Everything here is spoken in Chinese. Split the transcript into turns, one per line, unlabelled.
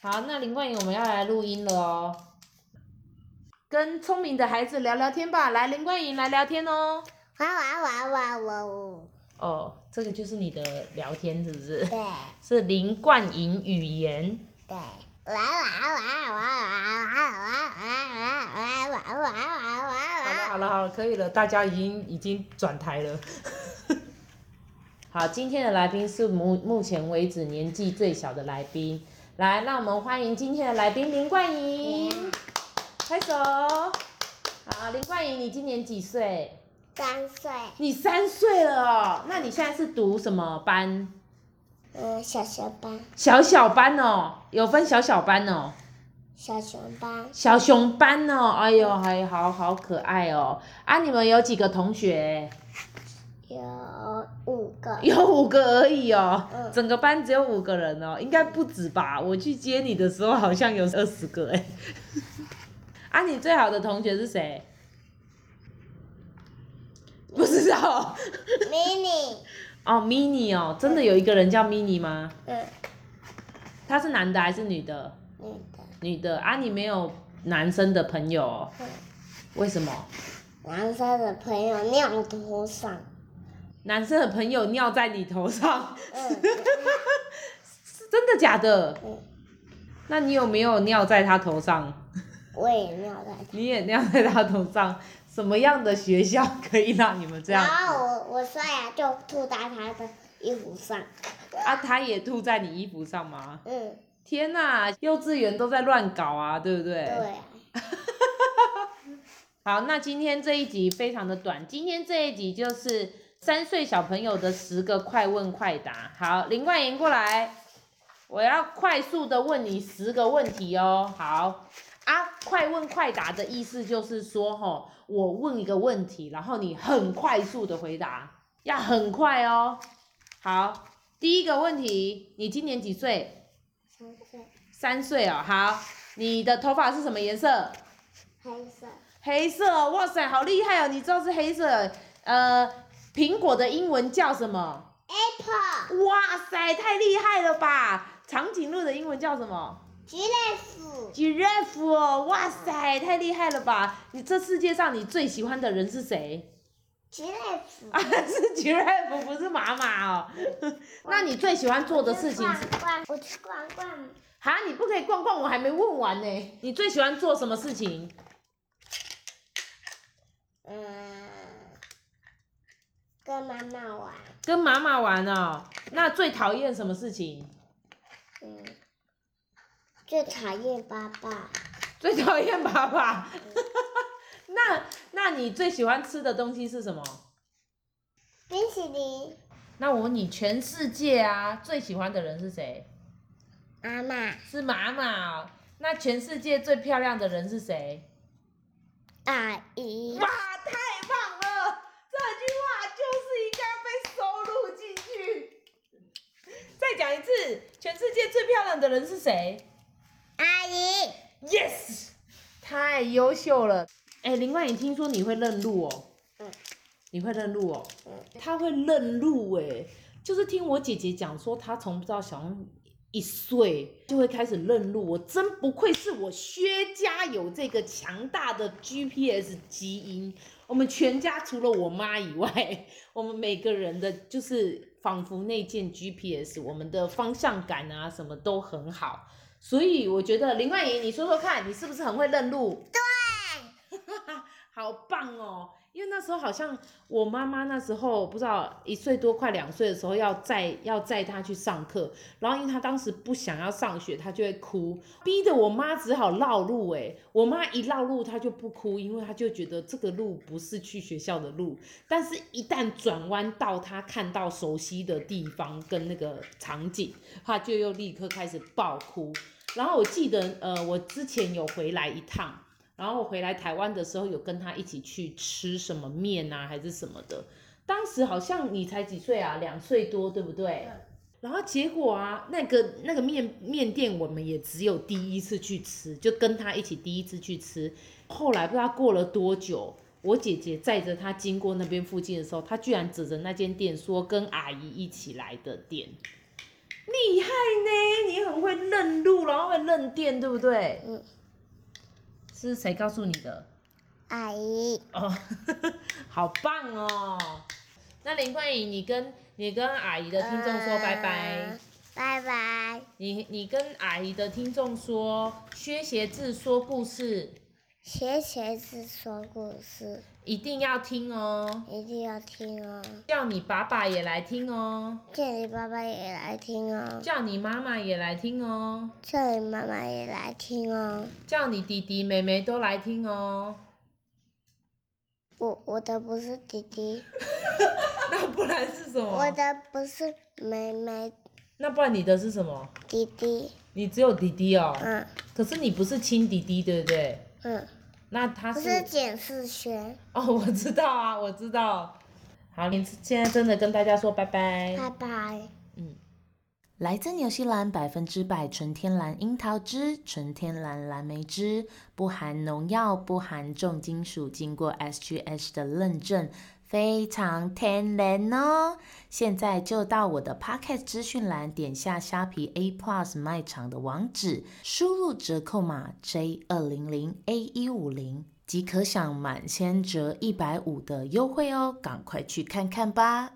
好，那林冠宇，我们要来录音了哦。跟聪明的孩子聊聊天吧，来，林冠宇来聊天哦。
哇哇哇哇哇呜！
哦，这个就是你的聊天是不是？
对
是林冠颖语言。
对，哇哇哇哇哇哇哇哇哇
好
哇哇哇
了
哇
好
哇！
了好了，可以了，大家已经已经转台了。 好，今天的来宾是目目前为止年纪最小的来宾，来，让我们欢迎今天的来宾林冠颖，拍手。好，林冠颖，你今年几岁？
三岁，
你三岁了哦，那你现在是读什么班？
嗯，小学班，
小小班哦，有分小小班哦，
小学班，
小熊班哦，哎呦，还好好可爱哦。啊，你们有几个同学？
有五个，
有五个而已哦，
嗯
整个班只有五个人哦，应该不止吧？我去接你的时候好像有二十个哎。 啊，你最好的同学是谁？不知道
mini，
哦，mini 哦，真的有一个人叫 mini 吗？
嗯，
他是男的还是女的？
女的，
女的啊，你没有男生的朋友哦、
嗯，
为什么？
男生的朋友尿头上，
男生的朋友尿在你头上，
嗯
是 真的假的？
嗯，
那你有没有尿在他头上？
我也尿在他。
你也尿在他头上？什么样的学校可以让你们这样
然？后我我刷牙就吐在他的衣服上，
啊，他也吐在你衣服上吗？
嗯，
天哪、幼稚园都在乱搞啊，对不对？
对啊，
好，那今天这一集非常的短，今天这一集就是三岁小朋友的十个快问快答。好，林冠莹过来，我要快速的问你十个问题哦。好，啊，快问快答的意思就是说，吼，我问一个问题，然后你很快速的回答，要很快哦。好，第一个问题，你今年几岁？
三岁，
三岁哦。好，你的头发是什么颜色？
黑色，
黑色哦，哇塞，好厉害哦！你知道是黑色，呃，苹果的英文叫什么？
Apple
哇塞，太厉害了吧！长颈鹿的英文叫什么
橘类鼠，
？giraffe 哦，哇塞，太厉害了吧！你这世界上你最喜欢的人是谁？
橘类鼠
啊，。是 giraffe，不是妈妈 哦。那你最喜欢做的事情是？
逛逛，我去逛逛
哈，你不可以逛逛，我还没问完呢。你最喜欢做什么事情？
嗯，跟妈妈玩，
跟妈妈玩哦。那最讨厌什么事情？
嗯，最讨厌爸爸，
最讨厌爸爸。 那那你最喜欢吃的东西是什么？
冰淇淋，
那我问你，全世界啊最喜欢的人是谁？
妈妈，
是妈妈哦、那全世界最漂亮的人是谁？
阿姨
哇，，太棒了！这句话就是应该被收录进去。再讲一次，全世界最漂亮的人是谁？
阿姨，
Yes，太优秀了。哎、林冠颖，听说你会认路哦？
嗯
你会认路哦？
嗯
他会认路哎、就是听我姐姐讲说，她从不知道小红一岁就会开始认路。我真不愧是我薛家有这个强大的 GPS 基因。我们全家除了我妈以外， 我们每个人的就是仿佛那件 GPS，我们的方向感啊什么都很好。所以我觉得林冠莹，你说说看，你是不是很会认路？对， 好棒哦！因为那时候好像我妈妈那时候不知道一岁多快两岁的时候要载要载她去上课，然后因为她当时不想要上学，她就会哭，逼得我妈只好绕路、哎，我妈一绕路她就不哭，因为她就觉得这个路不是去学校的路，但是一旦转弯到她看到熟悉的地方跟那个场景，她就又立刻开始爆哭。然后我记得，呃，我之前有回来一趟，然后我回来台湾的时候，有跟他一起去吃什么面啊，还是什么的。当时好像你才几岁啊，两岁多，对不对？
嗯
然后结果啊，那个那个面面店，我们也只有第一次去吃，就跟他一起第一次去吃。后来不知道过了多久，我姐姐载着他经过那边附近的时候，他居然指着那间店说跟阿姨一起来的店。厉害呢，你很会认路，然后会认店，对不对？
嗯，
是谁告诉你的？
阿姨，
哦， 好棒哦！那林冠颖，你跟你跟阿姨的听众说拜拜
嗯，拜拜，
你你跟阿姨的听众说，薛协志说故事
学茄子说故事
一定要听哦，
一定要听哦，
叫你爸爸也来听哦，
叫你爸爸也来听哦，
叫你妈妈也来听哦，
叫你妈妈也来听哦。
叫你弟弟妹妹都来听哦。
我我的不是弟弟，
那不然是什
我
么？
的不是妹妹，
那不然你的是什么？
弟弟。
你只有弟弟哦，
嗯
可是你不是亲弟弟，对不对？
嗯，
那他
不是简世轩，
哦，我知道啊，我知道。好，你现在真的跟大家说拜拜。
拜拜。
嗯，来自纽西兰百分之百纯天然樱桃汁、纯天然蓝莓汁，不含农药，不含重金属，经过 SGS 的认证，非常天然哦。现在就到我的 Pocket 资讯栏，点下虾皮 A Plus 卖场的网址，输入折扣码 J 二零零 A 一五零，即可享满千折一百五的优惠哦，赶快去看看吧。